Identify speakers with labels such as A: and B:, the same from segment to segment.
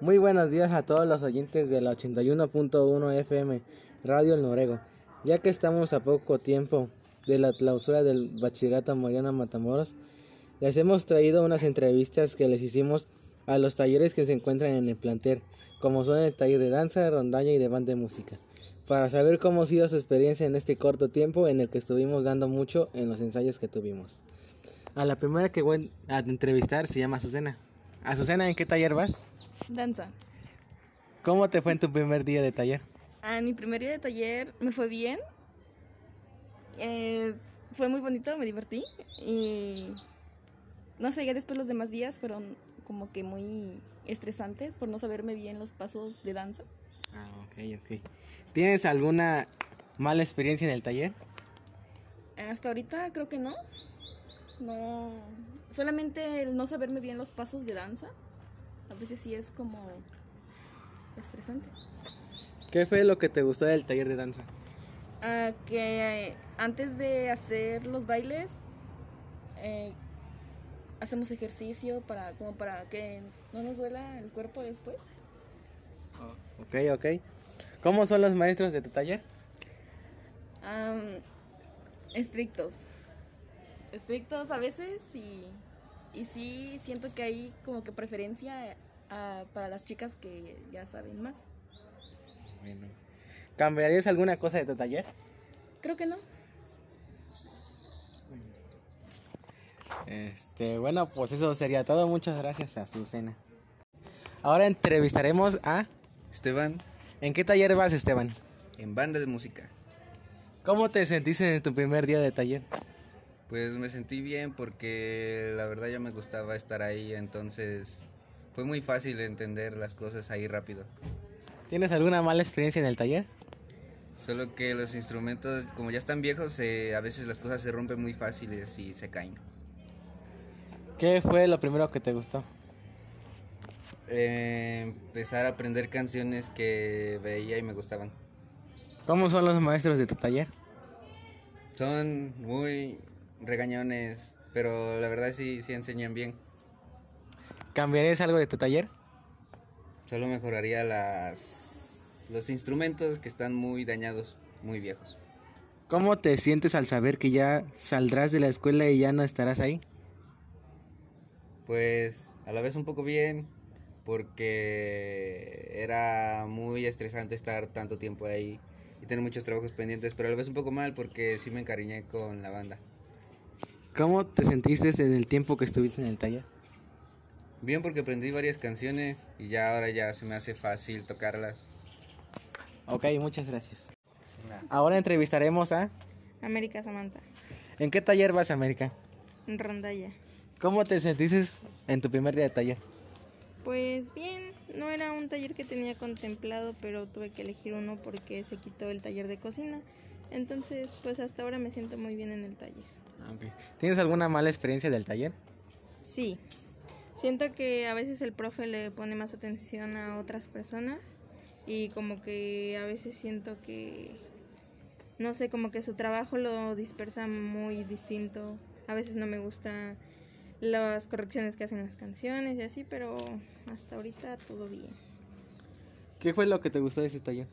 A: Muy buenos días a todos los oyentes de la 81.1 FM Radio El Norego. Ya que estamos a poco tiempo de la clausura del bachillerato Mariana Matamoros, les hemos traído unas entrevistas que les hicimos a los talleres que se encuentran en el plantel, como son el taller de danza, rondaña y de banda de música, para saber cómo ha sido su experiencia en este corto tiempo en el que estuvimos dando mucho en los ensayos que tuvimos. A la primera que voy a entrevistar se llama Azucena. Azucena, ¿en qué taller vas?
B: Danza.
A: ¿Cómo te fue en tu primer día de taller?
B: A mi primer día de taller me fue bien. Eh, fue muy bonito, me divertí. Y no sé, ya después los demás días fueron como que muy estresantes por no saberme bien los pasos de danza.
A: Ah, ok, ok. ¿Tienes alguna mala experiencia en el taller?
B: Hasta ahorita creo que no. No. Solamente el no saberme bien los pasos de danza. A veces sí es como estresante.
A: ¿Qué fue lo que te gustó del taller de danza?
B: Ah, que eh, antes de hacer los bailes eh, hacemos ejercicio para como para que no nos duela el cuerpo después.
A: Ok, ok. ¿Cómo son los maestros de tu taller?
B: Am, estrictos. Estrictos a veces y, y sí siento que hay como que preferencia ah, para las chicas que ya saben más.
A: Bueno. ¿Cambiarías alguna cosa de tu taller?
B: Creo que no.
A: Este, bueno, pues eso sería todo. Muchas gracias a Susana. Ahora entrevistaremos a...
C: Esteban,
A: ¿En qué taller vas, Esteban?
C: en banda de música.
A: ¿Cómo te sentiste en tu primer día de taller?
C: Pues me sentí bien porque la verdad ya me gustaba estar ahí, entonces fue muy fácil entender las cosas ahí rápido.
A: ¿Tienes alguna mala experiencia en el taller?
C: Solo que los instrumentos, como ya están viejos, se- a veces las cosas se rompen muy fáciles y se caen.
A: ¿Qué fue lo primero que te gustó?
C: Eh, empezar a aprender canciones que veía y me gustaban.
A: ¿Cómo son los maestros de tu taller?
C: Son muy regañones, pero la verdad sí, sí enseñan bien.
A: ¿Cambiarías algo de tu taller?
C: Solo mejoraría las, los instrumentos que están muy dañados, muy viejos.
A: ¿Cómo te sientes al saber que ya saldrás de la escuela y ya no estarás ahí?
C: Pues a la vez un poco bien, porque era muy estresante estar tanto tiempo ahí y tener muchos trabajos pendientes, pero a la vez un poco mal porque sí me encariñé con la banda.
A: ¿Cómo te sentiste en el tiempo que estuviste en el taller?
C: Bien porque aprendí varias canciones y ya ahora ya se me hace fácil tocarlas.
A: Ok, muchas gracias. Ahora entrevistaremos a...
B: América Samantha.
A: ¿En qué taller vas, América?
B: Rondalla.
A: ¿Cómo te sentiste en tu primer día de taller?
D: Pues bien, no era un taller que tenía contemplado, pero tuve que elegir uno porque se quitó el taller de cocina. Entonces, pues hasta ahora me siento muy bien en el taller.
A: Ah, ¿Tienes alguna mala experiencia del taller?
D: Sí, siento que a veces el profe le pone más atención a otras personas y como que a veces siento que, no sé, como que su trabajo lo dispersa muy distinto. A veces no me gustan las correcciones que hacen las canciones y así, pero hasta ahorita todo bien.
A: ¿Qué fue lo que te gustó de ese taller?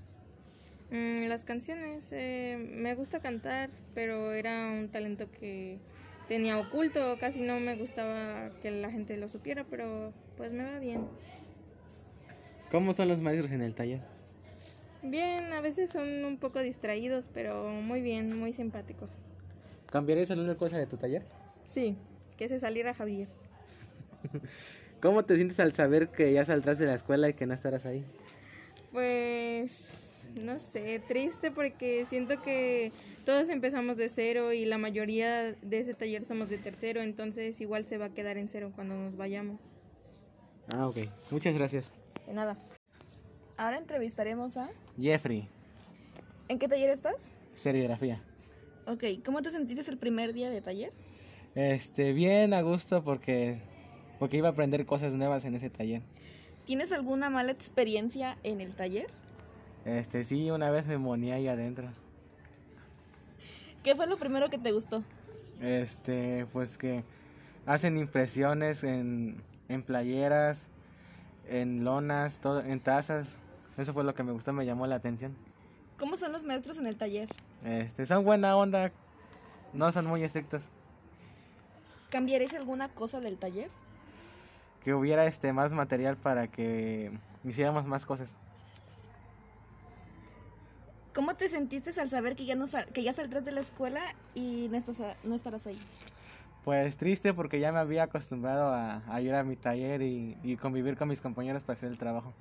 D: Mm, las canciones, eh, me gusta cantar, pero era un talento que tenía oculto, casi no me gustaba que la gente lo supiera, pero pues me va bien.
A: ¿Cómo son los maestros en el taller?
D: Bien, a veces son un poco distraídos, pero muy bien, muy simpáticos.
A: ¿Cambiarías alguna cosa de tu taller?
D: Sí, que se saliera Javier.
A: ¿Cómo te sientes al saber que ya saldrás de la escuela y que no estarás ahí?
D: Pues no sé, triste porque siento que todos empezamos de cero y la mayoría de ese taller somos de tercero, entonces igual se va a quedar en cero cuando nos vayamos.
A: Ah, ok. Muchas gracias.
D: De nada.
B: Ahora entrevistaremos a...
A: Jeffrey,
B: ¿En qué taller estás?
A: serigrafía.
B: Ok, ¿cómo te sentiste el primer día de taller?
A: Este, bien a gusto porque, porque iba a aprender cosas nuevas en ese taller.
B: ¿Tienes alguna mala experiencia en el taller?
A: Este, sí, una vez me monía ahí adentro.
B: ¿Qué fue lo primero que te gustó?
A: Este, pues que hacen impresiones en, en playeras, en lonas, todo, en tazas. Eso fue lo que me gustó, me llamó la atención.
B: ¿Cómo son los maestros en el taller?
A: Este, son buena onda, no son muy estrictos.
B: ¿Cambiaréis alguna cosa del taller?
A: Que hubiera este más material para que hiciéramos más cosas.
B: ¿Cómo te sentiste al saber que ya, no sal- que ya saldrás de la escuela y no, estás a- no estarás ahí?
A: Pues triste porque ya me había acostumbrado a, a ir a mi taller y, y convivir con mis compañeros para hacer el trabajo.